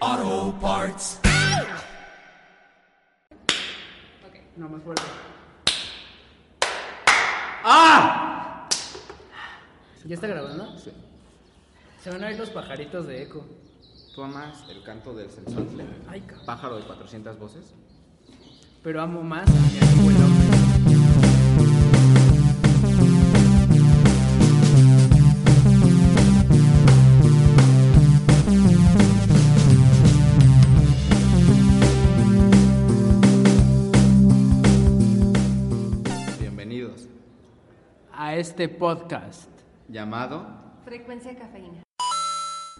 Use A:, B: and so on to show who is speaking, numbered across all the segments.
A: Auto parts.
B: No más fuerte. ¡Ah! ¿Ya está grabando? Sí. Se van a ver los pajaritos de eco.
C: ¿Tú amas el canto del censontle?
B: Ay, cabrón.
C: Pájaro de 400 voces.
B: Pero amo más a mi abuelo.
C: Bienvenidos.
B: A este podcast.
C: Llamado.
D: Frecuencia cafeína.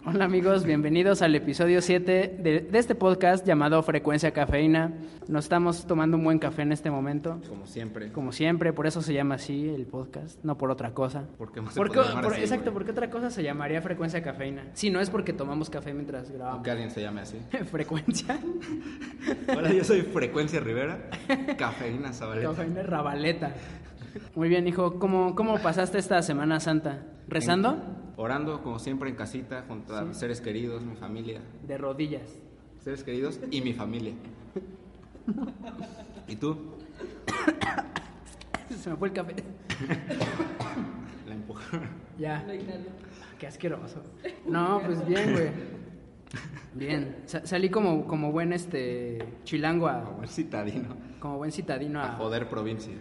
B: Hola amigos, bienvenidos al episodio 7 de, de este podcast llamado Frecuencia Cafeína. Nos estamos tomando un buen café en este momento.
C: Como siempre.
B: Como siempre, por eso se llama así el podcast, no por otra cosa.
C: ¿Por qué no se
B: ¿Por
C: puede llamar
B: por-
C: así,
B: Exacto,
C: güey?
B: ¿por qué otra cosa se llamaría frecuencia cafeína? Si no es porque tomamos café mientras grabamos.
C: Aunque alguien se llame así.
B: frecuencia
C: Hola, yo soy Frecuencia Rivera. Cafeína Zabaleta.
B: cafeína rabaleta. Muy bien, hijo, ¿cómo, cómo pasaste esta Semana Santa? ¿Rezando?
C: En- orando, como siempre, en casita, junto a mis seres queridos, mi familia.
B: De rodillas.
C: Seres queridos y mi familia. ¿Y tú?
B: Se me fue el café.
C: La empujaron.
B: Ya. Ah, Qué asqueroso. No, pues bien, güey. Bien. Sa- salí como, como buen este chilango a-
C: Como el citadino.
B: como buen citadino
C: A
B: a,
C: joder provincia.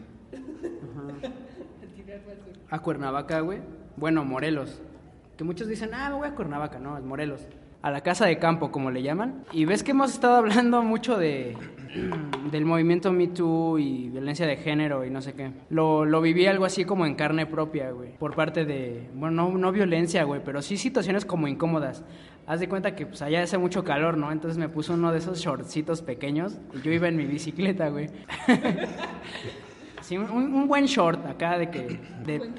B: a Cuernavaca, güey. Bueno, Morelos. Que muchos dicen, ah, me voy a Cuernavaca, no, es Morelos. A la casa de campo, como le llaman. Y ves que hemos estado hablando mucho de del movimiento Me Too y violencia de género y no sé qué. Lo, lo viví algo así como en carne propia, güey. Por parte de, bueno, no, no violencia, güey, pero sí situaciones como incómodas. Haz de cuenta que pues allá hace mucho calor, ¿no? Entonces me puso uno de esos shortcitos pequeños y yo iba en mi bicicleta, güey. Sí, un, un buen short acá de que... De,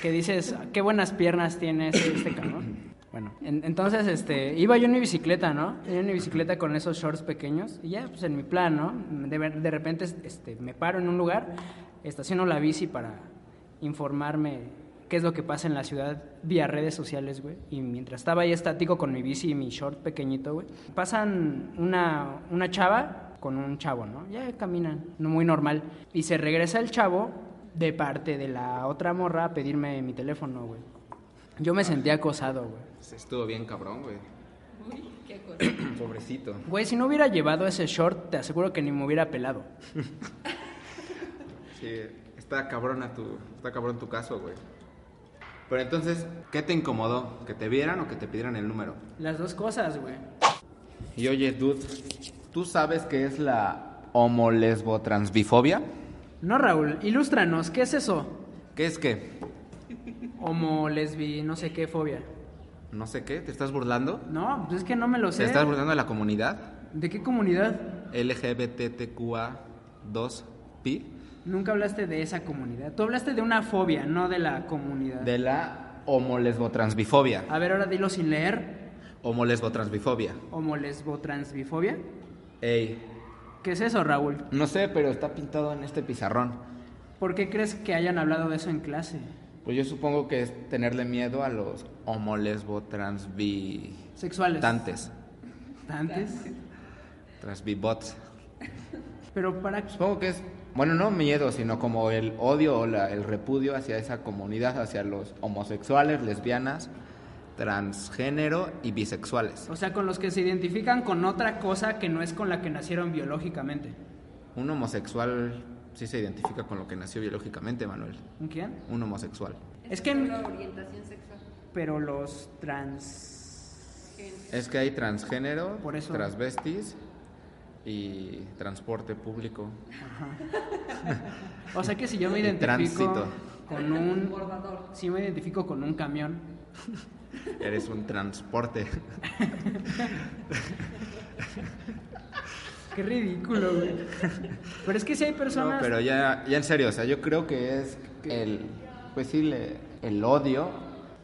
B: Que dices, qué buenas piernas tiene este, este cabrón. Bueno, en- entonces, este, iba yo en mi bicicleta, ¿no? Iba en mi bicicleta con esos shorts pequeños y ya, pues en mi plan, ¿no? De, ver- de repente, este, me paro en un lugar, estaciono la bici para informarme qué es lo que pasa en la ciudad vía redes sociales, güey. Y mientras estaba ahí estático con mi bici y mi short pequeñito, güey, pasan una, una chava con un chavo, ¿no? Ya caminan, no muy normal. Y se regresa el chavo de parte de la otra morra a pedirme mi teléfono, güey. Yo me sentí acosado, güey.
C: Se Pues estuvo bien cabrón, güey. Pobrecito.
B: Güey, si no hubiera llevado ese short, te aseguro que ni me hubiera pelado.
C: Sí, está cabrón a tu, está cabrón tu caso, güey. Pero entonces, ¿qué te incomodó? ¿Que te vieran o que te pidieran el número?
B: Las dos cosas, güey.
C: Y oye, dude, ¿tú sabes qué es la homolesbotransbifobia?
B: No, Raúl, ilústranos, ¿qué es eso?
C: ¿Qué es qué?
B: Homo, lesbi, no sé qué fobia.
C: No sé qué, ¿te estás burlando?
B: No, pues es que no me lo
C: ¿Te
B: sé.
C: estás burlando de la comunidad?
B: ¿De qué comunidad?
C: LGBTQA2pi
B: Nunca hablaste de esa comunidad. Tú hablaste de una fobia, no de la comunidad.
C: de la homolesbotransbifobia.
B: A ver, ahora dilo sin leer.
C: Homolesbotransbifobia.
B: Homo, lesbo, transbifobia.
C: Ey,
B: ¿Qué es eso, Raúl?
C: no sé, pero está pintado en este pizarrón.
B: ¿Por qué crees que hayan hablado de eso en clase?
C: Pues yo supongo que es tenerle miedo a los homolesbo transbi...
B: Sexuales.
C: Tantes.
B: Tantes.
C: Transbibots.
B: Pero para
C: Supongo que es, bueno, no miedo, sino como el odio o la- el repudio hacia esa comunidad, hacia los homosexuales, lesbianas, transgénero y bisexuales.
B: O sea, con los que se identifican con otra cosa que no es con la que nacieron biológicamente.
C: Un homosexual sí se identifica con lo que nació biológicamente, Manuel.
B: ¿Un ¿Quién?
C: Un homosexual.
B: Es que...
D: Una orientación sexual.
B: Pero los trans...
C: Es que hay transgénero,
B: Por eso.
C: transvestis y transporte público.
B: O sea que si yo me
C: Y
B: identifico
C: tránsito.
B: con un... Si me identifico con un camión,
C: Eres un transporte.
B: ¿qué Qué ridículo, güey. Pero es que si hay
C: No,
B: personas...
C: pero ya, ya en serio, o sea, yo creo que es el, pues sí, le- el odio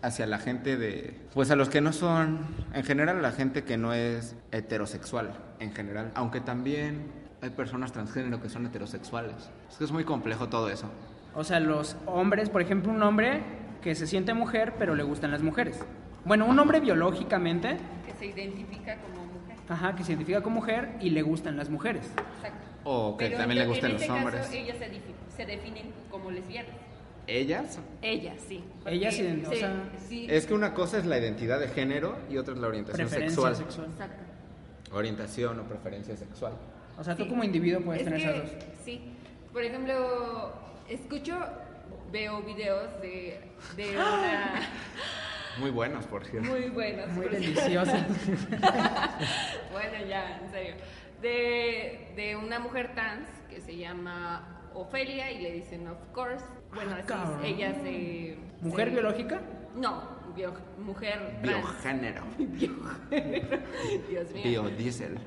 C: hacia la gente de, pues a los que no son, en general a la gente que no es heterosexual, en general, aunque también hay personas transgénero que son heterosexuales. Es que es muy complejo todo eso.
B: O sea, los hombres, por ejemplo, un hombre que se siente mujer pero le gustan las mujeres. Bueno, un hombre biológicamente,
D: Que se identifica como mujer.
B: ajá, que se identifica como mujer y le gustan las mujeres.
D: Exacto.
C: O que
D: Pero
C: también
D: yo-
C: le gustan
D: en
C: los
D: este
C: hombres.
D: Caso, ellas se, difi- se definen como lesbianas.
C: ¿Ellas?
D: Ellas, sí.
B: Ellas
D: Porque-
B: ident- o
D: sí,
B: sea-
D: sí,
C: Es que una cosa es la identidad de género y otra es la orientación
B: Preferencia
C: sexual.
B: sexual.
D: Exacto.
C: Orientación o preferencia sexual.
B: O sea, tú
D: Sí.
B: como individuo puedes
D: Es
B: tener
D: que,
B: esas dos.
D: Sí. Por ejemplo, escucho, veo videos de, de una...
C: Muy buenos, por cierto.
D: Muy buenos.
B: Muy
D: por cierto.
B: deliciosas.
D: bueno, ya, en serio. De, de una mujer trans que se llama Ofelia y le dicen, of course. Bueno, así es,
B: Ah, cabrón.
D: ella se.
B: ¿Mujer
D: se-
B: biológica?
D: No, bio- mujer trans.
C: Biogénero.
D: Biogénero. Dios mío.
C: Biodiesel.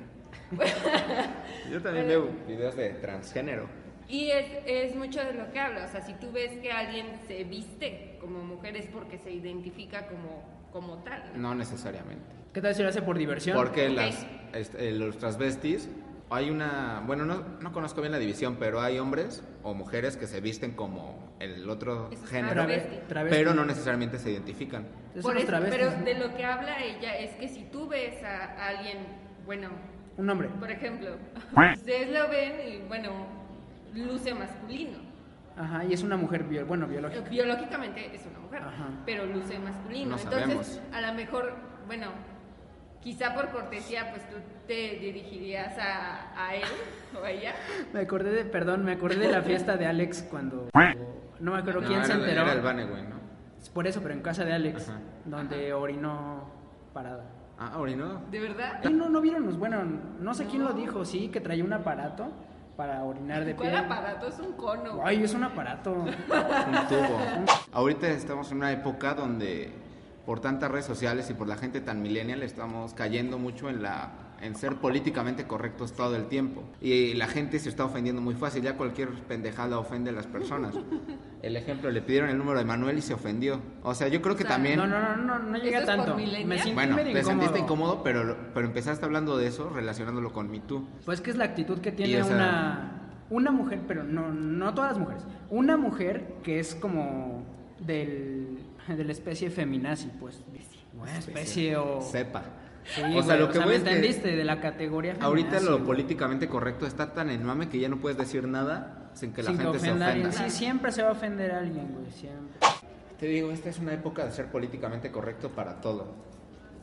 C: Yo también veo videos de transgénero.
D: Y es, es mucho de lo que habla, o sea, si tú ves que alguien se viste como mujer es porque se identifica como, como tal. ¿no?
C: No necesariamente.
B: ¿Qué tal si lo hace por diversión?
C: Porque
D: Ok.
C: las, este, eh, los transvestis, hay una... Bueno, no, no conozco bien la división, pero hay hombres o mujeres que se visten como el otro
D: Eso es
C: género.
D: travesti.
B: Travesti.
C: Pero no necesariamente se identifican.
B: Esos
D: Por
B: son los
D: eso,
B: travestis,
D: pero
B: ¿no?
D: de lo que habla ella es que si tú ves a, a alguien, bueno,
B: Un hombre.
D: por ejemplo, ustedes lo ven y bueno, luce masculino.
B: Ajá, y es una mujer bio- bueno, biológica.
D: Biológicamente es una mujer,
B: Ajá.
D: pero luce masculino.
C: No
D: Entonces,
C: sabemos.
D: a lo mejor, bueno, quizá por cortesía, pues tú te dirigirías a, a él o a ella.
B: Me acordé de, perdón, me acordé de la fiesta de Alex cuando... No me acuerdo
C: No,
B: quién
C: era-
B: se enteró.
C: Era el Vanegüey, ¿no?
B: Es por eso, pero en casa de Alex,
C: Ajá.
B: donde orinó parada.
C: Ah, orinó.
D: ¿De verdad?
B: Ay, no, no vieron los, bueno, no sé quién lo dijo, sí, que traía un aparato para orinar de
D: ¿Cuál
B: pie.
D: aparato? Es un cono. güey.
B: Ay, es un aparato.
C: un tubo. Ahorita estamos en una época donde por tantas redes sociales y por la gente tan millennial estamos cayendo mucho en la en ser políticamente correctos todo el tiempo. Y la gente se está ofendiendo muy fácil, ya cualquier pendejada ofende a las personas. El ejemplo, le pidieron el número de Manuel y se ofendió. O sea, yo creo que
D: O sea,
C: también...
B: No, no, no, no, no llega
D: ¿Eso es por
B: tanto.
D: millennial?
B: Me sentí
C: Bueno,
B: medio
C: te sentiste
B: incómodo.
C: incómodo, pero, pero empezaste hablando de eso relacionándolo con Me Too.
B: Pues que es la actitud que
C: Y
B: tiene
C: esa-
B: una, una mujer, pero no, no todas las mujeres. Una mujer que es como del, de la especie feminazi, pues. Bueno, especie o...
C: Sepa.
B: Sí,
C: o sea,
B: güey,
C: lo que voy
B: me
C: es que-
B: entendiste, de la categoría
C: Ahorita
B: feminazi,
C: lo
B: güey.
C: políticamente correcto está tan enmame que ya no puedes decir nada sin que la
B: Sin
C: gente
B: ofenda a
C: se
B: alguien.
C: ofenda.
B: Sí, siempre se va a ofender a alguien, güey, siempre.
C: Te digo, esta es una época de ser políticamente correcto para todo.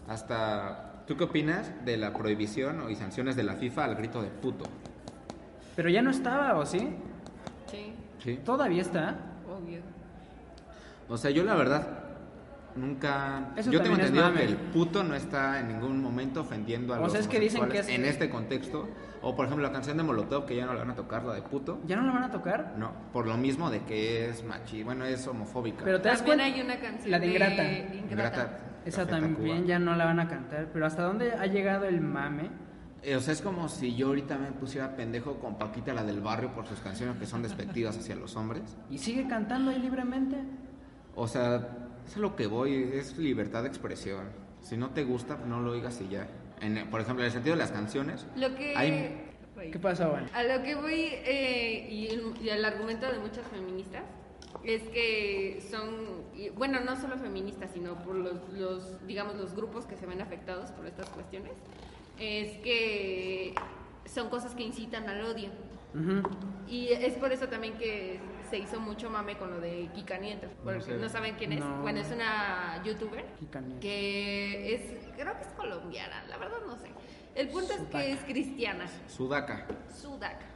C: Hasta, ¿tú qué opinas de la prohibición o- y sanciones de la FIFA al grito de puto?
B: Pero ya no estaba, ¿o sí?
D: Sí,
C: Sí.
B: Todavía está.
D: obvio.
C: O sea, yo la verdad nunca...
B: Eso
C: yo tengo
B: también es
C: entendido
B: mame.
C: que el puto no está en ningún momento ofendiendo a
B: O
C: los
B: sea, es que dicen que
C: homosexuales
B: es-
C: en este contexto. O por ejemplo la canción de Molotov que ya no la van a tocar, la de puto.
B: ¿Ya no la van a tocar?
C: No, por lo mismo de que es machi, bueno, es homofóbica.
B: Pero te das
D: También
B: cuenta.
D: hay una canción
B: La de Ingrata.
D: Ingrata.
C: Grata,
B: Esa
C: Café Tacuba.
B: también ya no la van a cantar. Pero ¿hasta dónde ha llegado el mame?
C: Eh, O sea, es como si yo ahorita me pusiera pendejo con Paquita, la del barrio, por sus canciones que son despectivas hacia los hombres.
B: Y sigue cantando ahí libremente.
C: O sea, es a lo que voy, es libertad de expresión. Si no te gusta, no lo digas y ya. En- por ejemplo, en el sentido de las canciones,
D: Lo que...
C: hay-
D: Güey.
B: ¿Qué pasó, Van?
D: A lo que voy eh, y, el, y el argumento de muchas feministas es que son, y, bueno, no solo feministas, sino por los, los, digamos, los grupos que se ven afectados por estas cuestiones, es que son cosas que incitan al odio.
B: Ujú.
D: Y es por eso también que se hizo mucho mame con lo de Kika Nieto, porque no,
C: sé.
D: saben quién es.
B: No.
D: Bueno, es una youtuber
B: Kika Nieto.
D: que es, creo que es colombiana, la verdad no sé. El punto es
B: Sudaca.
D: que es cristiana.
C: Sudaca,
D: Sudaca.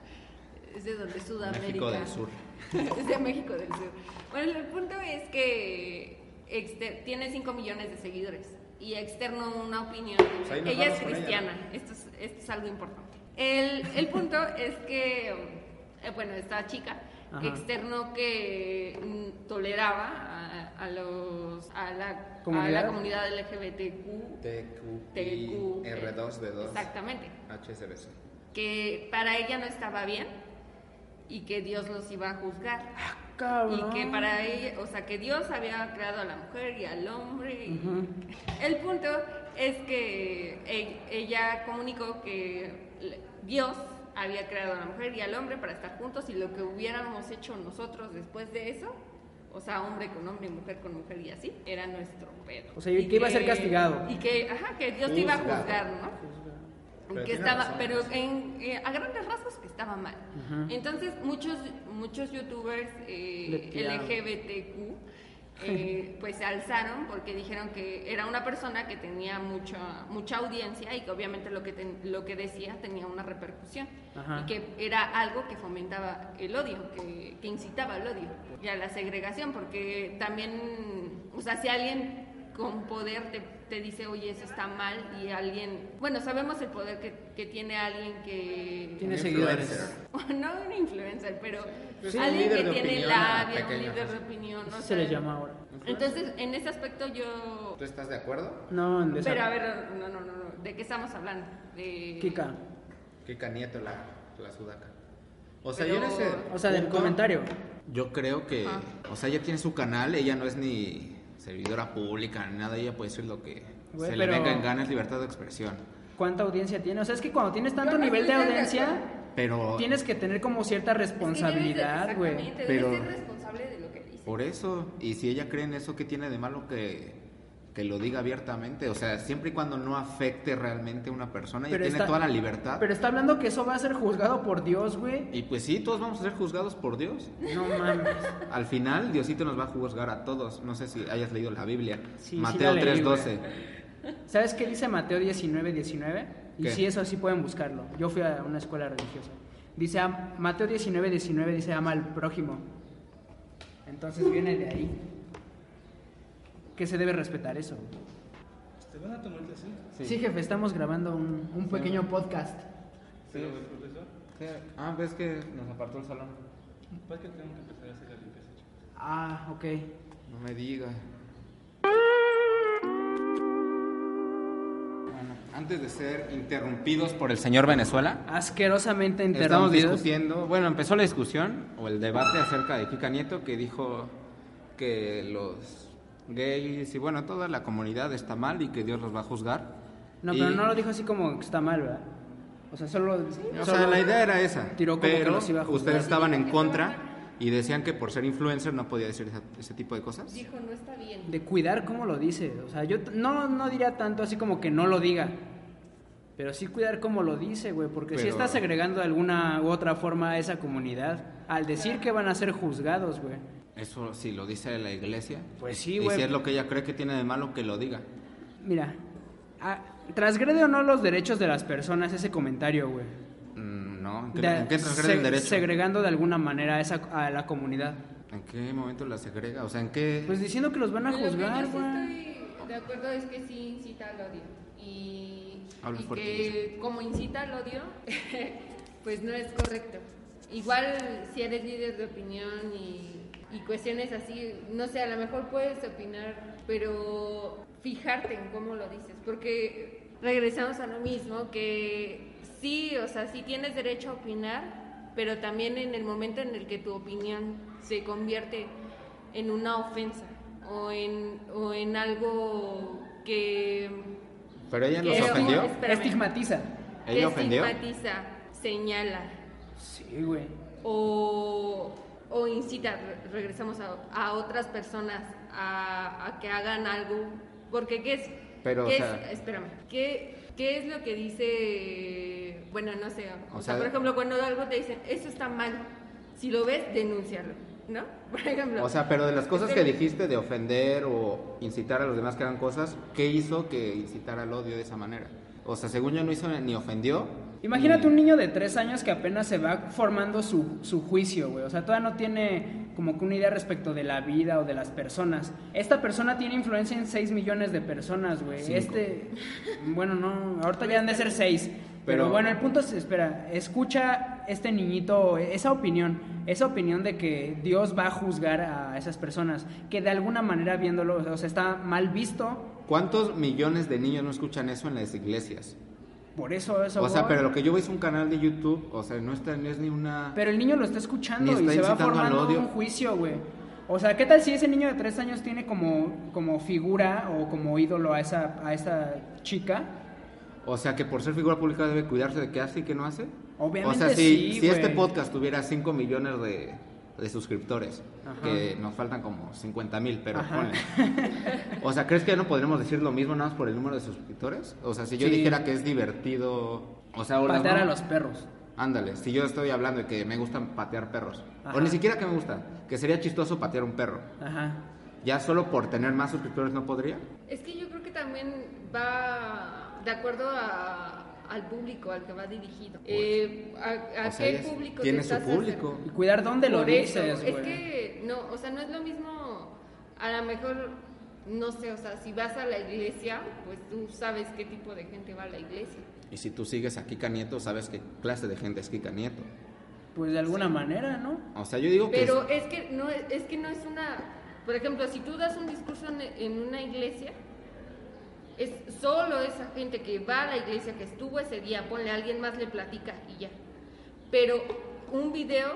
D: Es de donde Sudamérica.
C: México del Sur.
D: es de México del Sur. Bueno, el punto es que exter- tiene 5 millones de seguidores y externo una opinión.
C: Pues ahí nos
D: ella
C: vamos
D: es
C: con ella,
D: cristiana. Esto, es, esto es algo importante. El, el punto es que, eh, bueno, esta chica
B: Ajá.
D: externó que mm, toleraba a, a los, a, la, a
B: ¿Comunidad?
D: la comunidad LGBTQ. TQ,
C: TQR2D2.
D: Exactamente.
C: HSBC.
D: que para ella no estaba bien y que Dios los iba a juzgar.
B: Cabrón.
D: Y que para ella, o sea, que Dios había creado a la mujer y al hombre. y- El punto es que e- ella comunicó que le- Dios había creado a la mujer y al hombre para estar juntos y lo que hubiéramos hecho nosotros después de eso, o sea, hombre con hombre, mujer con mujer y así, era nuestro pedo.
B: O sea, y que iba a ser castigado.
D: Y que, ajá, que Dios te iba a
C: Juzgado.
D: juzgar, ¿no?
C: Pero
D: que
C: tiene
D: estaba,
C: razón.
D: pero en, eh, a grandes rasgos que estaba mal. Entonces muchos muchos youtubers
B: Le
D: eh,
B: tiraron.
D: LGBTQ eh, pues se alzaron porque dijeron que era una persona que tenía mucha mucha audiencia y que obviamente lo que ten- lo que decía tenía una repercusión
B: Ajá.
D: y que era algo que fomentaba el odio, que, que incitaba al odio y a la segregación porque también, o sea, si alguien con poder te, te dice, oye, eso está mal, y alguien, bueno, sabemos el poder que, que tiene alguien que...
B: Tiene
C: Un
B: seguidores.
C: influencer.
D: no un influencer, pero
C: Pues un
D: alguien que
C: líder de
D: tiene
C: opinión,
D: labia, un
C: pequeño,
D: líder de
C: ajá.
D: opinión, no
B: Eso
D: sé.
B: se le llama ahora.
D: Entonces, en ese aspecto yo...
C: ¿Tú estás de acuerdo?
B: No, en
D: Pero a
B: desacuerdo.
D: ver, no, no, no, no, ¿de qué estamos hablando? De...
B: Kika.
C: Kika Nieto, la, la sudaca. O sea, yo
D: Pero-
C: en ese
B: O sea, del
C: punto,
B: comentario.
C: Yo creo que,
D: Ajá.
C: o sea, ella tiene su canal, ella no es ni servidora pública ni nada, ella puede decir lo que
B: Güey, pero-
C: se le venga en ganas, libertad de expresión.
B: ¿Cuánta audiencia tiene? O sea, es que cuando tienes tanto
D: Yo no
B: nivel de
D: estoy de
B: audiencia,
C: Pero
B: tienes que tener como cierta responsabilidad, güey.
C: Pero-
D: Pero...
C: Oh.
D: Debes ser responsable de lo que dices.
C: por eso, y si ella cree en eso, ¿qué tiene de malo que, que lo diga abiertamente? O sea, siempre y cuando no afecte realmente a una persona, ella
B: Pero
C: tiene
B: está-
C: toda la libertad.
B: Pero está hablando que eso va a ser juzgado por Dios, güey.
C: Y pues sí, todos vamos a ser juzgados por Dios.
B: No mames.
C: Al final, Diosito nos va a juzgar a todos. No sé si hayas leído la Biblia.
B: Sí, sí
C: Mateo
B: la leí,
C: 3:12.
B: ¿Sabes qué dice Mateo 19, 19? Y
C: ¿Qué?
B: sí, eso sí pueden buscarlo. Yo fui a una escuela religiosa. Dice, am- Mateo 19, 19 dice, ama al prójimo. Entonces viene de ahí. Que se debe respetar eso.
E: ¿Te van a tomar así?
B: Sí, jefe, estamos grabando un, un pequeño podcast.
E: Pero el profesor,
C: Ah, ves que nos apartó el salón.
E: pues que tengo que empezar a hacer la limpieza, chicos.
B: Ah, ok.
C: No me diga. Bueno, antes de ser interrumpidos por el señor Venezuela,
B: Asquerosamente
C: estamos
B: interrumpidos.
C: discutiendo. Bueno, empezó la discusión o el debate acerca de Kika Nieto que dijo que los gays y bueno, toda la comunidad está mal y que Dios los va a juzgar.
B: No, pero
C: Y-
B: no lo dijo así como que está mal, ¿verdad? O sea, solo...
C: O
B: solo-
C: sea, la idea era esa.
B: tiró como que
C: pero
B: los iba a juzgar.
C: ustedes estaban en contra y decían que por ser influencer no podía decir esa- ese tipo de cosas.
D: Dijo, no está bien.
B: De cuidar cómo lo dice. O sea, yo t- no, no diría tanto así como que no lo diga. Pero sí cuidar cómo lo dice, güey. Porque si
C: Pero-
B: estás segregando de alguna u otra forma a esa comunidad al decir que van a ser juzgados, güey.
C: Eso sí lo dice la iglesia.
B: Pues sí,
C: Y
B: güey.
C: si es lo que ella cree que tiene de malo, que lo diga.
B: Mira, a- transgrede o no los derechos de las personas ese comentario, güey.
C: Mm, No, ¿en qué,
B: De-
C: en qué transgrede
B: se-
C: el derecho?
B: Segregando de alguna manera a, esa, a la comunidad.
C: ¿En qué momento la segrega? O sea, ¿en qué...?
B: Pues diciendo que los van a
D: Lo que
B: juzgar,
D: yo sí
B: güey.
D: estoy de acuerdo es que sí incita al odio. Y,
C: Habla
D: y
C: fuerte,
D: que como incita al odio, pues no es correcto. Igual si eres líder de opinión y, y cuestiones así, no sé, a lo mejor puedes opinar, pero fijarte en cómo lo dices, porque regresamos a lo mismo, que sí, o sea, sí tienes derecho a opinar, pero también en el momento en el que tu opinión se convierte en una ofensa o en, o en algo que...
C: ¿Pero ella nos
B: eh,
D: que-
C: ofendió?
D: espérame,
B: Estigmatiza.
D: que
C: ¿Ella ofendió?
D: estigmatiza, señala
B: Sí, güey.
D: o, o incita, re- regresamos a, a otras personas a, a que hagan algo, porque qué es,
C: Pero,
D: qué
C: o sea-
D: es- espérame, ¿qué, qué es lo que dice, bueno, no sé, o,
C: O
D: sea,
C: sea-
D: por ejemplo, cuando algo te dicen, eso está mal, si lo ves, denúncialo, ¿no? Por ejemplo.
C: O sea, pero de las cosas que
D: este-
C: dijiste de ofender o incitar a los demás que hagan cosas, ¿qué hizo que incitara al odio de esa manera? O sea, según yo no hizo ni ofendió.
B: Imagínate
C: ni-
B: un niño de tres años que apenas se va formando su, su juicio, güey. O sea, todavía no tiene como que una idea respecto de la vida o de las personas. Esta persona tiene influencia en 6 millones de personas, güey.
C: Cinco.
B: Este, bueno, no, ahorita ya han de ser 6. Pero,
C: Pero-
B: bueno, el punto es, espera, escucha este niñito, esa opinión, esa opinión de que Dios va a juzgar a esas personas, que de alguna manera viéndolo, o sea, está mal visto,
C: ¿Cuántos millones de niños no escuchan eso en las iglesias?
B: Por eso, eso.
C: O sea,
B: voy.
C: pero lo que yo veo es un canal de YouTube, o sea, no, está, no es ni una...
B: Pero el niño lo está escuchando
C: Ni está
B: y se va
C: incitando al
B: formando
C: odio.
B: un juicio, güey. O sea, ¿qué tal si ese niño de tres años tiene como, como figura o como ídolo a esa, a esa chica?
C: O sea, que por ser figura pública debe cuidarse de qué hace y qué no hace.
B: Obviamente
C: O sea, si,
B: sí,
C: si este
B: güey.
C: podcast tuviera 5 millones de, de suscriptores,
B: Ajá.
C: que nos faltan como 50 mil, pero
B: Ajá.
C: ponle. O sea, ¿crees que no podremos decir lo mismo nada más por el número de suscriptores? O sea, si yo
B: Sí.
C: dijera que es divertido... O sea, o las
B: Patear a
C: bromas-
B: los perros.
C: Ándale, si yo estoy hablando de que me gustan patear perros,
B: Ajá.
C: o ni siquiera que me gusta, que sería chistoso patear un perro,
B: Ajá.
C: ya solo por tener más suscriptores no podría.
D: Es que yo creo que también va de acuerdo a- al público al que va dirigido. Eh, a, a
C: Pues, O sea,
D: qué
C: ella
D: público te
C: tiene su
D: estás
C: público.
B: Y cuidar dónde lo
D: Por eso,
B: dices,
D: Es
B: güey.
D: que no, o sea, no es lo mismo. A lo mejor, no sé, o sea, si vas a la iglesia, pues tú sabes qué tipo de gente va a la iglesia.
C: Y si tú sigues a Kika Nieto, sabes qué clase de gente es Kika Nieto.
B: Pues de alguna manera, ¿no?
C: O sea, yo digo que
D: Pero es que no es es que no es una, por ejemplo, si tú das un discurso en, en una iglesia, es solo esa gente que va a la iglesia que estuvo ese día, ponle a alguien más le platica y ya. Pero un video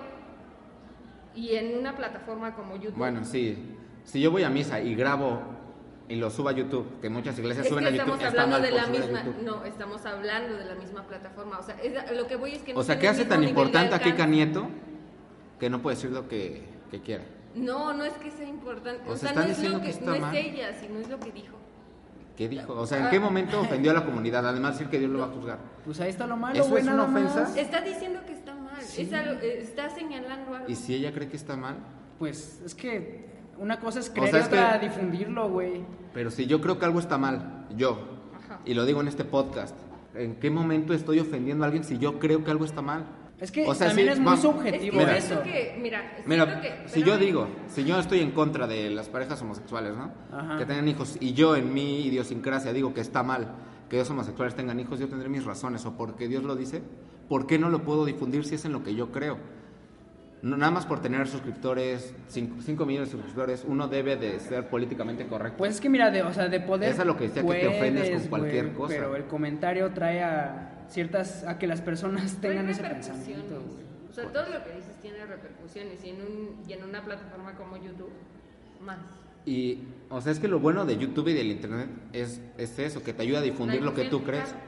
D: y en una plataforma como YouTube.
C: Bueno, sí. Si yo voy a misa y grabo y lo subo a YouTube, que muchas iglesias
D: Es
C: suben
D: que
C: a YouTube,
D: estamos
C: está
D: hablando
C: mal
D: de
C: por
D: la
C: subir a
D: misma,
C: YouTube.
D: no, estamos hablando de la misma plataforma, o sea, es la- lo que voy es que no
C: o sea,
D: tiene
C: ¿qué
D: el
C: hace
D: mismo
C: tan
D: nivel de
C: importante a
D: alcance.
C: Kika Nieto que no puede decir lo que, que quiera?
D: No, no es que sea importante,
C: O
D: o,
C: sea,
D: sea,
C: están
D: no es
C: diciendo
D: lo
C: que
D: que,
C: está
D: no
C: mal.
D: es ella, sino es lo que dijo.
C: ¿Qué dijo? O sea, ¿en
D: Ah.
C: qué momento ofendió a la comunidad? Además, decir que Dios lo va a juzgar.
B: Pues ahí está lo malo,
C: ¿Eso
B: güey,
C: es una
B: nada más.
C: ofensa?
D: Está diciendo que está mal, es algo- eh, está señalando algo.
C: ¿Y si ella cree que está mal?
B: Pues es que una cosa es
C: sea,
B: creer
C: es
B: y otra
C: que-
B: difundirlo, güey.
C: Pero si yo creo que algo está mal, yo,
D: Ajá.
C: y lo digo en este podcast, ¿en qué momento estoy ofendiendo a alguien si yo creo que algo está mal?
B: Es que
C: O sea,
B: también
C: sí,
B: es muy
C: vamos-
D: Es que
B: subjetivo
C: mira,
B: eso.
D: siento que- mira,
C: Mira,
D: siento que-
C: si yo
D: espérame.
C: digo, si yo estoy en contra de las parejas homosexuales, ¿no?
B: Ajá.
C: Que tengan hijos, y yo en mi idiosincrasia digo que está mal que dos homosexuales tengan hijos, yo tendré mis razones, o porque Dios lo dice, ¿por qué no lo puedo difundir si es en lo que yo creo? No, nada más por tener suscriptores, 5 millones de suscriptores, uno debe de ser políticamente correcto.
B: Pues es que mira, de, o sea, de poder.
C: Eso es lo que decía, que te ofendes con cualquier cosa.
B: Pero el comentario trae a ciertas. a que las personas
D: Trae
B: tengan ese
D: repercusiones.
B: pensamiento, güey.
D: O sea, todo lo que dices tiene repercusiones y en, un, y en una plataforma como YouTube, más.
C: Y, o sea, es que lo bueno de YouTube y del Internet es, es eso, que te ayuda a difundir
D: La
C: lo que tú
D: difusión,
C: crees.
D: claro.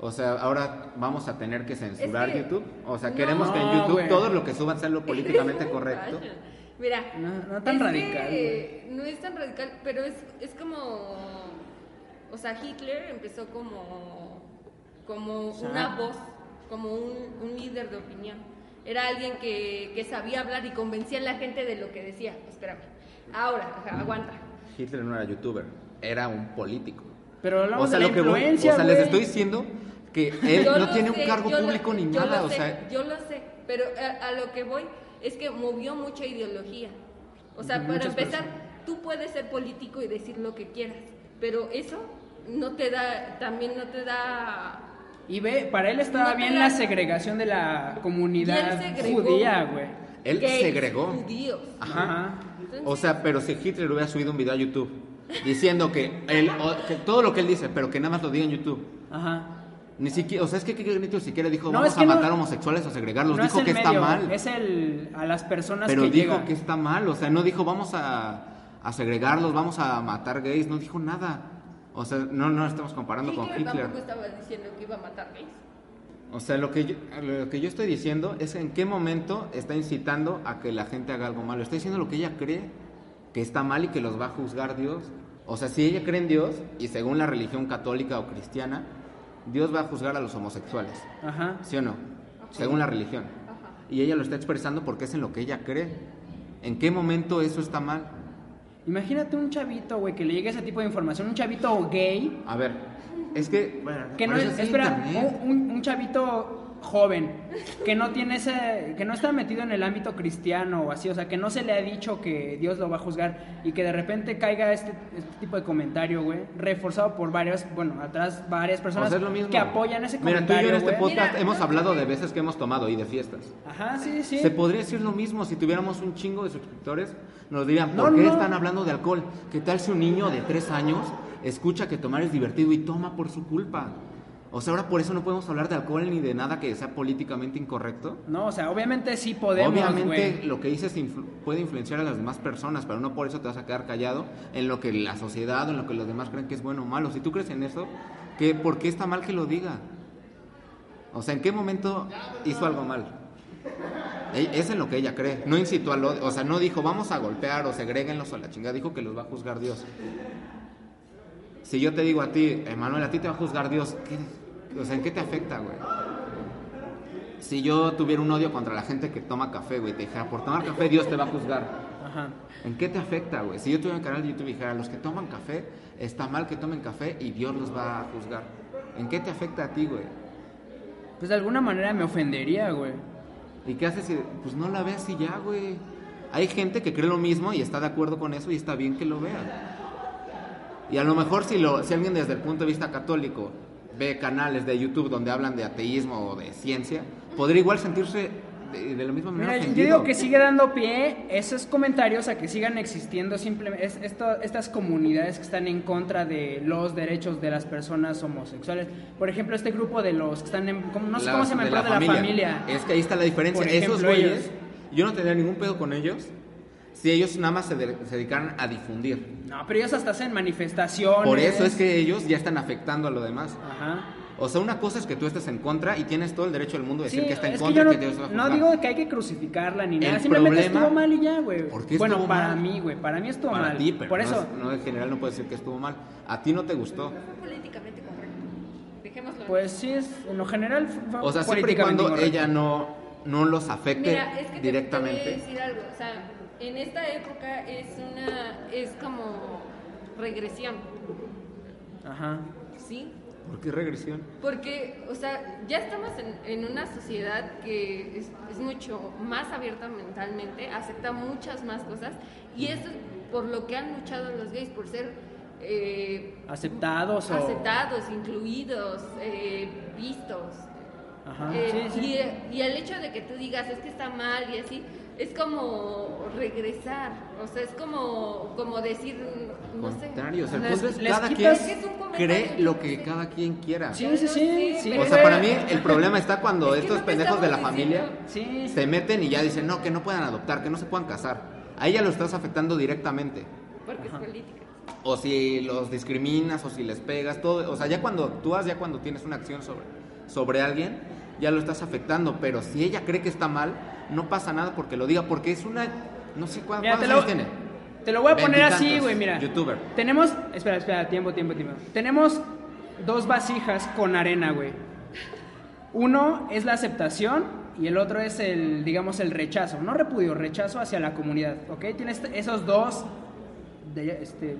C: O sea, ahora vamos a tener que censurar
D: Es que-
C: YouTube. O sea,
D: No.
C: queremos que en
B: No,
C: YouTube
B: güey.
C: todo lo que suban sea lo políticamente correcto.
D: Vaya. Mira,
B: No- no tan
D: es
B: radical,
D: que no es tan radical, pero es, es como. O sea, Hitler empezó como, como
B: sea.
D: una voz, como un, un líder de opinión. Era alguien que, que sabía hablar y convencía a la gente de lo que decía. Espérame. Ahora, ajá, aguanta.
C: Hitler no era youtuber, era un político.
B: Pero hablamos
C: O sea,
B: de la
C: lo que voy- o
B: influencia,
C: sea, les
B: güey.
C: estoy diciendo que él
D: Yo
C: no
D: lo
C: tiene
D: sé,
C: un cargo
D: yo lo-
C: público ni
D: yo lo
C: nada. O
D: sé,
C: sea,
D: yo lo sé, pero eh, a, a lo que voy es que movió mucha ideología. O sea,
B: De
D: para
B: muchas
D: empezar, tú puedes ser político y decir lo que quieras, pero eso no te da, también no te da...
B: Y ve, para él estaba
D: No te
B: bien
D: la-
B: la segregación de la
D: Y él
B: comunidad
D: segregó.
B: judía, güey.
C: él
D: gays,
C: segregó.
D: Judíos.
C: Ajá.
D: Entonces,
C: O sea, pero si Hitler hubiera subido un video a YouTube diciendo que, él, o- que todo lo que él dice, pero que nada más lo diga en YouTube.
B: Ajá.
C: Ni siquiera, o sea, es que Kike Nieto ni siquiera dijo
B: No,
C: vamos
B: es que
C: a matar
B: no-
C: homosexuales o segregarlos,
B: No
C: dijo
B: es el
C: que está
B: medio,
C: mal,
B: Es el, a las personas
C: pero
B: que
C: dijo
B: llegan.
C: que está mal, o sea, no dijo vamos a, a segregarlos, vamos a matar gays, no dijo nada. O sea, no, no estamos comparando con
D: Hitler
C: Hitler.
D: tampoco estaba diciendo que iba a matar gays.
C: O sea, lo que, yo, lo que yo estoy diciendo es en qué momento está incitando a que la gente haga algo malo. Está diciendo lo que ella cree que está mal y que los va a juzgar Dios. O sea, si ella cree en Dios, y según la religión católica o cristiana, Dios va a juzgar a los homosexuales.
B: Ajá.
C: ¿Sí o no? Según la religión. Y ella lo está expresando porque es en lo que ella cree. ¿En qué momento eso está mal?
B: Imagínate un chavito, güey, que le llegue ese tipo de información. Un chavito gay.
C: A ver, es que...
B: Que no
C: por eso
B: es,
C: el
B: espera, uh,
C: internet.
B: un, un- un chavito joven que no tiene ese, que no está metido en el ámbito cristiano o así, o sea, que no se le ha dicho que Dios lo va a juzgar y que de repente caiga este, este tipo de comentario, güey, reforzado por varios, bueno, atrás varias
C: O
B: personas
C: sea, es lo mismo.
B: que apoyan ese
C: Mira,
B: comentario.
C: tú y yo en este
B: güey.
C: podcast
D: Mira,
C: hemos
D: no,
C: hablado
D: no,
C: de veces que hemos tomado y de fiestas.
B: Ajá, sí, sí.
C: Se podría decir lo mismo si tuviéramos un chingo de suscriptores. Nos dirían,
B: No,
C: ¿por qué
B: no.
C: están hablando de alcohol? ¿Qué tal si un niño de tres años escucha que tomar es divertido y toma por su culpa? O sea, ahora por eso no podemos hablar de alcohol ni de nada que sea políticamente incorrecto.
B: No, o sea, obviamente sí podemos,
C: Obviamente
B: güey.
C: lo que dices influ- puede influenciar a las demás personas, pero no por eso te vas a quedar callado en lo que la sociedad o en lo que los demás creen que es bueno o malo. Si tú crees en eso, ¿qué, ¿por qué está mal que lo diga? O sea, ¿en qué momento hizo algo mal? E- Es en lo que ella cree. No incitó al odio. O sea, no dijo, vamos a golpear o segréguenlos a la chingada. Dijo que los va a juzgar Dios. Si yo te digo a ti, Emanuel, a ti te va a juzgar Dios, ¿qué- o sea, ¿en qué te afecta, güey? Si yo tuviera un odio contra la gente que toma café, güey, te dijera, por tomar café Dios te va a juzgar.
B: Ajá.
C: ¿En qué te afecta, güey? Si yo tuviera un canal de YouTube y dijera, los que toman café, está mal que tomen café y Dios los va a juzgar. ¿En qué te afecta a ti, güey?
B: Pues de alguna manera me ofendería, güey.
C: ¿Y qué haces? si- Pues no la veas y ya, güey. Hay gente que cree lo mismo y está de acuerdo con eso y está bien que lo vea. Y a lo mejor si, lo, si alguien desde el punto de vista católico ve canales de YouTube donde hablan de ateísmo o de ciencia, podría igual sentirse de, de la misma manera.
B: Mira, yo
C: ofendido.
B: digo que sigue dando pie esos comentarios a que sigan existiendo simplemente es- esto- estas comunidades que están en contra de los derechos de las personas homosexuales. Por ejemplo, este grupo de los que están en, ¿cómo- no sé
C: Las-
B: cómo se llama el
C: de la
B: plan de la familia.
C: Es que ahí está la diferencia.
B: Por
C: Esos
B: ejemplo,
C: güeyes,
B: ellos.
C: yo no tendría ningún pedo con ellos si ellos nada más se, de- se dedicaran a difundir.
B: No, pero ellos hasta hacen manifestaciones.
C: Por eso es que ellos ya están afectando a lo demás.
B: Ajá.
C: O sea, una cosa es que tú estés en contra y tienes todo el derecho del mundo de
B: Sí,
C: decir que está en
B: es que
C: contra
B: yo
C: y que Dios va a
B: no, no
C: juzgar.
B: digo que hay que crucificarla ni nada,
C: El
B: simplemente
C: problema-
B: estuvo mal y ya, güey.
C: ¿Por qué
B: Bueno,
C: estuvo
B: para
C: mal?
B: mí, güey, para mí estuvo
C: para
B: mal.
C: ti, pero
B: Por
C: no
B: eso,
C: es- no, en general no puedes decir que estuvo mal. A ti no te gustó.
D: Fue políticamente correcto. Dejémoslo. en
B: pues sí es en lo general fue
C: O sea, siempre y
B: políticamente
C: cuando
B: incorrecto.
C: ella no, no los afecte
D: Mira, es que te- Te, voy a
C: Este, directamente.
D: decir algo, o sea, en esta época es una, es como regresión,
B: Ajá.
D: ¿sí?
C: ¿Por qué regresión?
D: Porque, o sea, ya estamos en, en una sociedad que es, es mucho más abierta mentalmente, acepta muchas más cosas, y esto es por lo que han luchado los gays, por ser eh,
B: Aceptados o-
D: aceptados, incluidos, eh, vistos.
C: Ah,
B: Ajá.
D: Eh,
B: sí, sí.
D: Y, y el hecho de que tú digas es que está mal y así, es como regresar, o sea, es como, como decir, no
C: Contrario, o sea,
D: sé.
C: el
B: Les-
C: punto es
B: les
C: cada quien
B: quitas-
D: Es que es un comentario
C: cree lo que
D: chiste.
C: cada quien quiera.
B: Sí, sí, sí, sí.
C: O
D: Pero-
C: sea, para mí el problema está cuando
D: Es que
C: estos
D: no te
C: pendejos de la
D: estamos diciendo-
C: familia
B: Sí.
C: se meten y ya dicen, no, que no puedan adoptar, que no se puedan casar. A ella lo estás afectando directamente.
D: Porque es política.
C: o si los discriminas o si les pegas, todo, o sea, ya cuando actúas, ya cuando tienes una acción sobre, sobre alguien, ya lo estás afectando, pero si ella cree que está mal, no pasa nada porque lo diga, porque es una, no sé cuán-
B: Mira,
C: cuántos
B: te
C: años
B: lo,
C: tiene.
B: te lo voy a poner
C: Veintitantos,
B: así, güey, mira.
C: youtuber.
B: Tenemos, espera, espera, tiempo, tiempo, tiempo. Tenemos dos vasijas con arena, güey. Uno es la aceptación y el otro es el, digamos, el rechazo. No repudio, rechazo hacia la comunidad, ¿ok? Tienes t- esos dos de, este,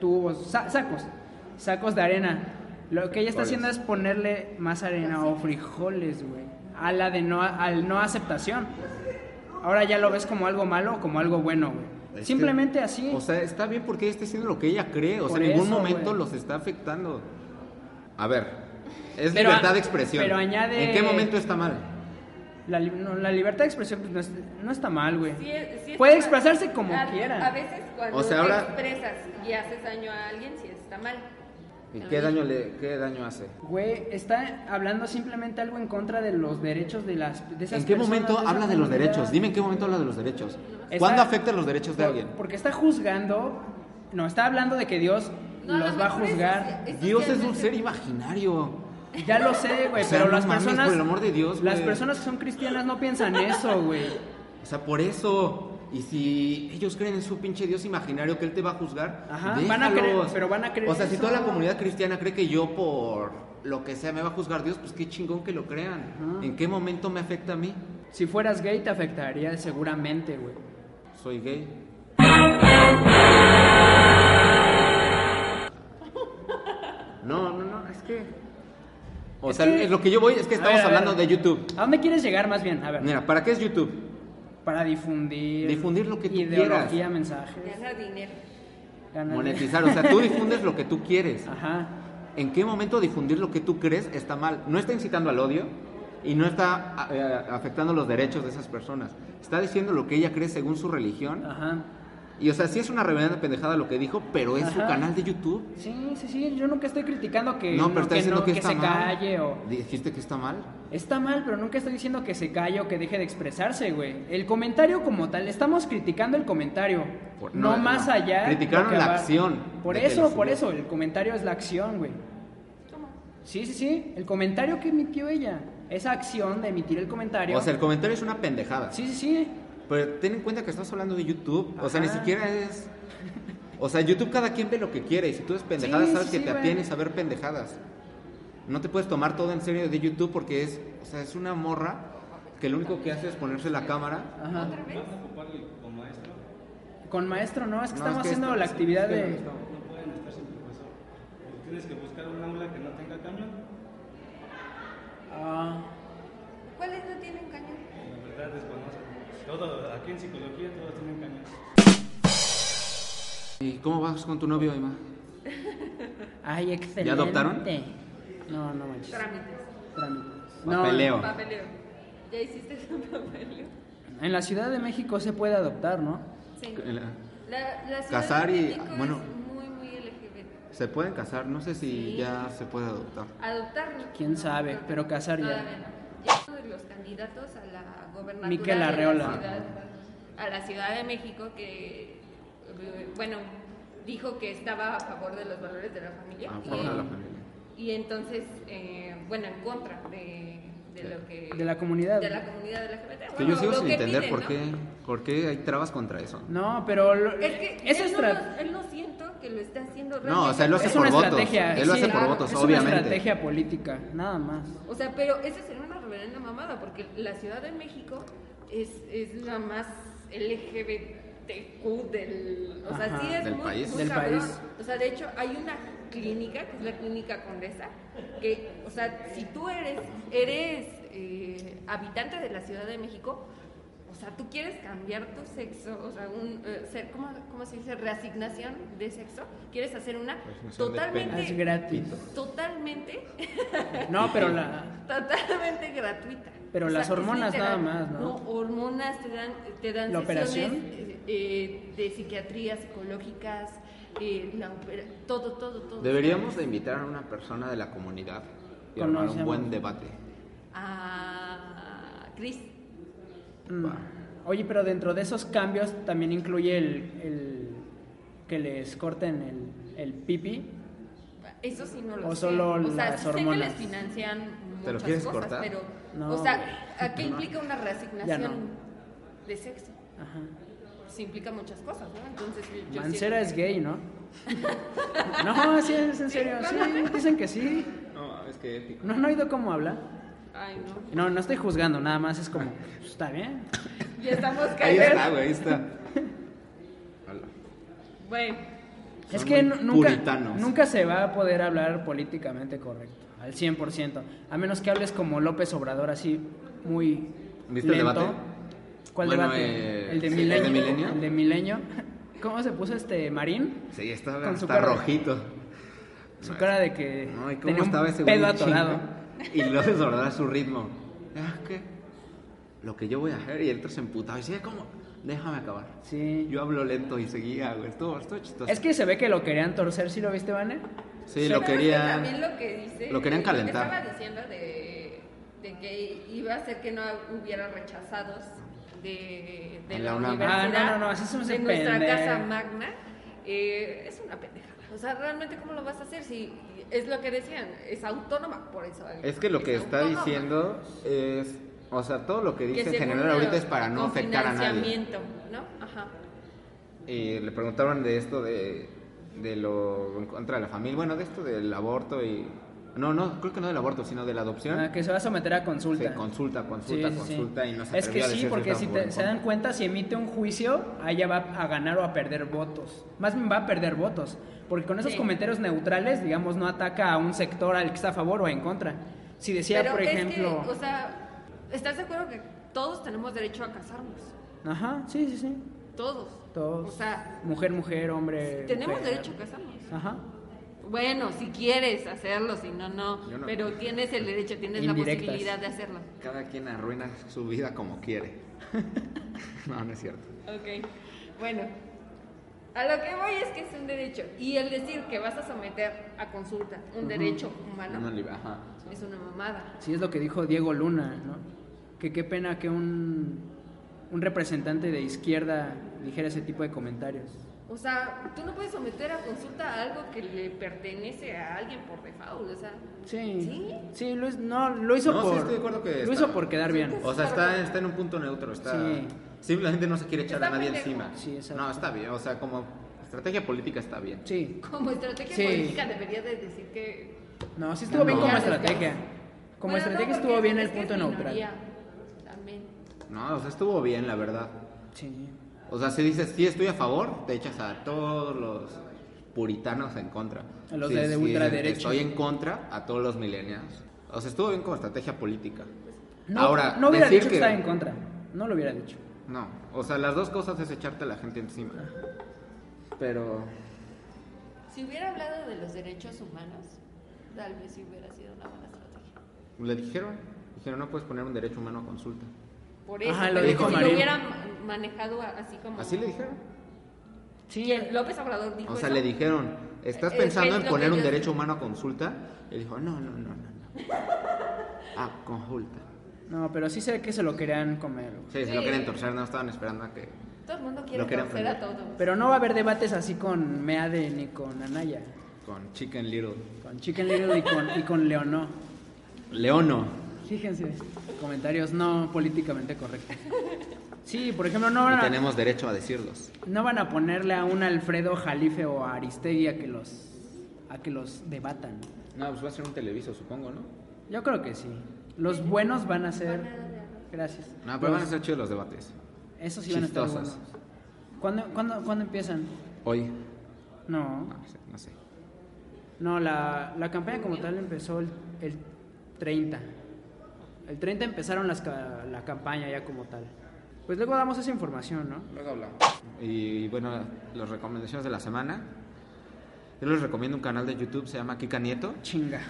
B: tubos, sa- sacos, sacos de arena. Lo que ella está
C: Frijoles.
B: haciendo es ponerle más arena o frijoles, güey, a la de no, al no aceptación. Ahora ya lo ves como algo malo o como algo bueno, güey.
C: Este,
B: Simplemente así.
C: O sea, está bien porque ella está haciendo lo que ella cree, o sea,
B: Por
C: en ningún
B: eso,
C: momento
B: güey.
C: los está afectando. A ver, es
B: Pero
C: libertad
B: a-
C: de expresión.
B: pero añade-
C: ¿En qué momento está mal?
B: La, li- no, la libertad de expresión pues, no, es- no está mal, güey.
D: Sí es- sí es-
B: Puede expresarse como
D: a-
B: quiera.
D: A veces cuando
C: O sea,
D: te
C: ahora-
D: expresas y haces daño a alguien, sí está mal.
C: ¿Y
D: Te lo
C: qué
D: dije.
C: daño, le, qué daño hace?
B: Güey, está hablando simplemente algo en contra de los derechos de las de esas
C: ¿En qué
B: personas,
C: momento
B: de esa
C: habla de los
B: comunidad.
C: derechos? Dime en qué momento habla de los derechos.
B: Está-
C: ¿Cuándo afectan los derechos de
B: Por-
C: alguien?
B: Porque está juzgando, no, está hablando de que Dios
D: No, a lo
B: los va a
D: mejor es
B: juzgar.
D: socia-
C: Dios es un
D: socialmente-
C: ser imaginario.
B: Ya lo sé, güey,
C: O sea,
B: pero
C: no
B: las
C: mames,
B: personas
C: por el amor de Dios,
B: las
C: güey.
B: personas que son cristianas no piensan eso, güey.
C: O sea, por eso. Y si ellos creen en su pinche Dios imaginario que él te va a juzgar,
B: Ajá, van a
C: déjalos.
B: creer- pero van a creer
C: O sea, si
B: eso.
C: toda la comunidad cristiana cree que yo por lo que sea me va a juzgar Dios, pues qué chingón que lo crean. ¿En qué momento me afecta a mí?
B: Si fueras gay te afectaría seguramente, güey.
C: Soy gay. No, no, no, es que. O
B: Es
C: sea,
B: que-
C: lo que yo voy es que
B: A
C: estamos
B: ver, a ver.
C: hablando de YouTube.
B: ¿A dónde quieres llegar más bien? A ver,
C: Mira, ¿para qué es YouTube?
B: para difundir
C: Difundir lo que tú
B: ideología,
C: quieras.
B: mensajes,
D: Ganar dinero.
B: ganar-
C: Monetizar, o sea, tú difundes lo que tú quieres.
B: Ajá.
C: ¿En qué momento difundir lo que tú crees está mal? No está incitando al odio y no está eh, afectando los derechos de esas personas. Está diciendo lo que ella cree según su religión
B: Ajá.
C: Y o sea, sí es una reverenda pendejada lo que dijo, pero es su
B: Ajá.
C: canal de YouTube.
B: Sí, sí, sí, yo nunca estoy criticando que,
C: No, pero está
B: que
C: diciendo
B: no,
C: que
B: que
C: está
B: se
C: mal.
B: calle o...
C: Dijiste que está mal.
B: Está mal, pero nunca estoy diciendo que se calle o que deje de expresarse, güey. El comentario como tal, estamos criticando el comentario,
C: Por-
B: no,
C: no,
B: más
C: no.
B: allá.
C: Criticaron
B: lo que
C: la acción
B: Por
C: de que lo
B: eso,
C: subió.
B: por eso, el comentario es la acción, güey. Sí, sí, sí, el comentario que emitió ella, esa acción de emitir el comentario.
C: O sea, el comentario es una pendejada.
B: Sí, sí, sí.
C: Pero ten en cuenta que estás hablando de YouTube. O sea, ni
B: Ajá.
C: siquiera es. O sea, YouTube cada quien ve lo que quiere. Y si tú ves pendejadas,
B: Sí,
C: sabes
B: sí,
C: que
B: sí,
C: te
B: güey.
C: atienes a ver pendejadas. No te puedes tomar todo en serio de YouTube porque es. O sea, es una morra que lo único que hace es ponerse la cámara.
B: Ajá.
E: ¿Vas a ocuparle como maestro?
B: Con maestro, no, es que
C: No,
B: estamos
C: es que
B: haciendo
C: esto-
B: la actividad
C: es que
B: de...
C: no
E: No pueden estar sin profesor. O Tienes que buscar un aula que no tenga cañón.
B: Ah,
D: ¿Cuáles no tienen cañón?
E: La verdad desconozco. Todo, aquí en psicología todos tienen cañón.
C: ¿Y cómo vas con tu novio, Emma?
B: ay, excelente.
C: adoptaron?
B: No, no manches.
D: Trámites.
B: Trámite.
C: Papeleo.
D: Papeleo. ¿Ya hiciste tu papeleo?
B: En la Ciudad de México se puede adoptar, ¿no?
D: Sí.
C: En la-
D: La, la ciudad
C: Casar
D: de
C: y-
D: México
C: bueno.
D: es muy, muy LGBT.
C: Se pueden casar. No sé si
D: Sí.
C: ya se puede adoptar.
D: Adoptar. ¿no?
B: Quién sabe, pero casar ya.
D: Todavía no. Ya uno de los candidatos a la gobernatura
B: Miquel
D: de la
B: Arreola.
D: ciudad- a la Ciudad de México que, eh, bueno, dijo que estaba a favor de los valores de la familia.
C: A
D: y-
C: Ah, favor de la familia.
D: Y entonces, eh, bueno, en contra de, de lo que...
B: De la comunidad.
D: De la comunidad LGBT.
C: Que
D: Bueno,
C: yo sigo
D: lo
C: sin
D: que
C: entender
D: piden,
C: por,
D: ¿no?
C: qué, por qué hay trabas contra eso.
B: No, pero lo-
D: Es que
B: esa
D: él,
B: es
D: no
B: tra-
D: lo- él no siento que lo esté haciendo
C: No, o sea, él lo hace
B: es
C: por
B: una
C: votos.
B: estrategia.
C: Él lo
B: sí,
C: hace por
B: claro,
C: votos,
B: es
C: obviamente.
B: una estrategia política, nada más.
D: O sea, pero esa sería una reverenda mamada, porque la Ciudad de México es, es la más LGBTQ del... O sea,
B: Ajá.
D: sí es
C: Del
D: muy,
C: país.
D: muy
B: Del
D: cabrón.
B: país.
D: O sea, de hecho, hay una clínica, que es la Clínica Condesa, que, o sea, si tú eres, eres eh, habitante de la Ciudad de México... O sea, tú quieres cambiar tu sexo, o sea, un, eh, ser, ¿cómo, cómo se dice? Reasignación de sexo. Quieres hacer una
C: Reasignación de
D: totalmente.
B: Es gratis.
D: Totalmente
B: No, pero la
D: totalmente gratuita.
B: Pero las
D: es
B: hormonas
D: literal.
B: nada más, ¿no?
D: hormonas te dan, te dan
B: ¿La
D: sesiones
B: operación?
D: eh, eh, de psiquiatría psicológicas, eh, la opera- todo, todo, todo.
C: Deberíamos de invitar a una persona de la comunidad y
B: Con
C: armar un
B: los-
C: buen debate.
D: A Ah, Cris.
B: Mm.
C: Va.
B: Oye, pero dentro de esos cambios también incluye el, el que les corten el, el pipi.
D: Eso sí no lo
B: O
D: sé.
B: solo
D: o sea,
B: las
D: sí sé que
B: hormonas.
D: les financian
C: ¿Te lo
D: muchas
C: quieres
D: cosas,
C: cortar?
D: pero
B: No,
D: o sea, ¿a qué implica una
B: Ya
D: reasignación
B: no.
D: de sexo?
B: Ajá.
D: Sí implica muchas cosas, ¿no? Entonces yo- yo
B: Mancera
D: siento-
B: es gay, ¿no? no, sí, es en serio. Sí, dicen que sí.
C: No, es que épico.
B: No, no he oído cómo habla.
D: Ay, no.
B: No, no estoy juzgando, nada más es como, pues, está bien.
D: Ya estamos
C: Ahí
D: cayendo.
C: está, güey, ahí está. Hola.
D: Bueno,
B: Es
C: Son
B: que
C: muy
B: nu- nunca,
C: puritanos.
B: nunca se va a poder hablar políticamente correcto, al 100%, a menos que hables como López Obrador, así muy
C: ¿Viste el
B: lento.
C: debate?
B: ¿Cuál
C: Bueno,
B: debate?
C: eh,
B: ¿El de
C: sí,
B: Milenio?
C: ¿el de Milenio?
B: ¿El de Milenio? ¿Cómo se puso este Marín?
C: Sí, está,
B: Con su
C: está
B: cara.
C: rojito.
B: Su cara de que
C: No, ¿y cómo
B: tenía
C: estaba
B: un
C: ese güey?
B: pedo atorado.
C: chingo? Y López Obrador a su ritmo. Ah, ¿qué? Lo que yo voy a hacer y el otro se emputaba. Y decía, ¿cómo? Déjame acabar.
B: Sí.
C: Yo hablo lento y seguía, güey. Estuvo, estuvo chistoso.
B: Es que se ve que lo querían torcer, ¿sí lo viste, Vane?
C: Sí,
D: sí,
C: lo
D: pero es que
C: querían...
D: también lo que dice-
C: lo querían calentar.
D: Estaba diciendo de, de que iba a ser que no hubiera rechazados de, de
C: En
D: la,
C: la UNAM.
D: universidad.
B: Ah, no, no, no, así se me hace
D: De nuestra
B: pendejo.
D: casa magna. Eh, es una pendejada. O sea, realmente, ¿cómo lo vas a hacer? Si es lo que decían, es autónoma, por eso.
C: Es que lo que está
D: autónoma.
C: diciendo es, o sea, todo lo que
D: Que
C: dice en
D: según
C: general
D: la-
C: ahorita es para no
D: con
C: afectar a nadie.
D: financiamiento, ¿no? Ajá.
C: Y le preguntaban de esto de, de lo en contra de la familia, bueno, de esto del aborto y... No, no, creo que no del aborto, sino de la adopción.
B: Ah, que se va a someter a consulta.
C: Sí, consulta, consulta,
B: Sí, sí, sí.
C: consulta y no se
B: Es que
C: atrevió a
B: sí,
C: decir
B: porque
C: está
B: si
C: a
B: te-
C: favor o en
B: se dan
C: contra.
B: cuenta, si emite un juicio, a ella va a ganar o a perder votos. Más bien va a perder votos. Porque con esos
D: Sí.
B: comentarios neutrales, digamos, no ataca a un sector al que está a favor o en contra. Si decía,
D: Pero
B: por
D: es que,
B: ejemplo.
D: o sea, ¿estás de acuerdo que todos tenemos derecho a casarnos?
B: Ajá, sí, sí, sí.
D: Todos.
B: Todos.
D: O sea,
B: mujer, mujer, hombre.
D: tenemos
B: mujer.
D: derecho a casarnos.
B: Ajá.
D: Bueno, si quieres hacerlo, si no, no.
C: Yo no-
D: Pero tienes el derecho, tienes
B: Indirectas.
D: la posibilidad de hacerlo.
C: Cada quien arruina su vida como quiere. no, no es cierto.
D: Ok. Bueno, A lo que voy es que es un derecho. Y el decir que vas a someter a consulta un derecho humano
C: Una libe- ajá.
D: es una mamada.
B: Sí, es lo que dijo Diego Luna, ¿no? Que qué pena que un, un representante de izquierda dijera ese tipo de comentarios.
D: O sea, tú no puedes someter a consulta a algo que le pertenece a alguien por default. O sea,
B: Sí.
D: ¿Sí?
B: Sí, lo, hiz- no, lo hizo
C: No, sí,
B: por.
C: estoy de acuerdo que
B: lo
C: está-
B: hizo por quedar bien.
C: O sea, está, está en un punto neutro, está...
B: Sí.
C: Simplemente no se quiere echar a
D: Está
C: nadie
D: pendejo.
C: encima.
B: Sí, exacto.
C: no, está bien, o sea, como estrategia política está bien.
B: Sí.
D: como estrategia
B: Sí.
D: política deberías de decir que
B: No, sí estuvo bien
C: No.
B: como
D: Ya,
B: estrategia. Como
D: Bueno, no,
B: estrategia
D: porque
B: estuvo bien el
D: es que es
B: punto
D: minoría
B: neutral.
D: También.
C: No, o sea, estuvo bien, la verdad.
B: Sí.
C: O sea, si dices, sí, estoy a favor, te echas a todos los puritanos en contra.
B: A los
C: Si-
B: de- de
C: si
B: ultraderecha.
C: dices, Estoy en contra a todos los millennials. O sea, estuvo bien como estrategia política.
B: No,
C: Ahora,
B: no hubiera
C: decir
B: dicho que
C: que-
B: estaba en contra. No lo hubiera dicho.
C: No, o sea, las dos cosas es echarte a la gente encima. Pero...
D: Si hubiera hablado de los derechos humanos, tal vez sí hubiera sido una buena estrategia.
C: Le dijeron, dijeron, no puedes poner un derecho humano a consulta.
D: Por eso,
B: Ajá, lo
D: pero
C: dijo
D: si
C: Marín.
D: lo hubieran ma- manejado a- así como.
C: ¿Así le dijeron?
B: Sí,
D: ¿Quién? López Obrador dijo.
C: O sea,
D: eso?
C: le dijeron, ¿estás
D: Es que
C: pensando
D: es
C: en
D: lo
C: poner
D: que
C: un
D: yo-
C: derecho humano a consulta? Y dijo, no, no, no, no. no. A consulta.
B: No, pero sí sé que se lo querían comer. güey.
C: Sí, se lo
D: Sí.
C: quieren torcer, no estaban esperando a que...
D: Todo el mundo
C: Lo
D: quiere
C: querían
D: conocer a
C: prender.
D: todos.
B: Pero no va a haber debates así con Meade ni con Anaya.
C: Con Chicken Little.
B: Con Chicken Little y con, y con Leonó.
C: Leono.
B: Fíjense, comentarios no políticamente correctos. Sí, por ejemplo, no van
C: Y
B: a,
C: tenemos derecho a decirlos.
B: no van a ponerle a un Alfredo Jalife o a Aristegui a que los, a que los debatan.
C: No, pues va a ser un televiso, supongo, ¿no?
B: Yo creo que sí. Los buenos van a ser... Gracias.
C: No, pero
B: Los-
C: van a ser chidos los debates.
B: Esos sí van a estar
C: chistosos.
B: buenos. ¿Cuándo, cuándo, cuándo empiezan?
C: Hoy.
B: No.
C: No sé, no sé.
B: No, la, la campaña como tal empezó el, el 30. El 30 empezaron las, ca- la campaña ya como tal. Pues luego damos esa información, ¿no?
C: Luego hablamos. Y bueno, las recomendaciones de la semana. Yo les recomiendo un canal de YouTube, se llama Kika Nieto.
B: Chinga.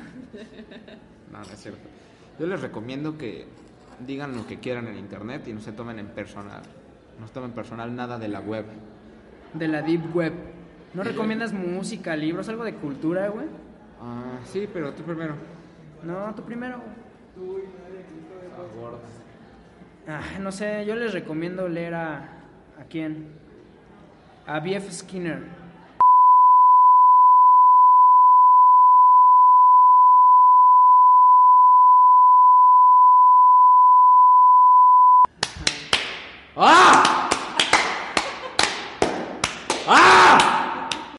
C: No, no es cierto. Yo les recomiendo que digan lo que quieran en internet y no se tomen en personal. No se tomen personal nada de la web.
B: De la Deep Web. ¿No recomiendas música, libros, algo de cultura, güey?
C: Ah, sí, pero tú primero.
B: No, tú primero, güey. Ah, no sé, yo les recomiendo leer a. ¿A quién? A B.F. Skinner.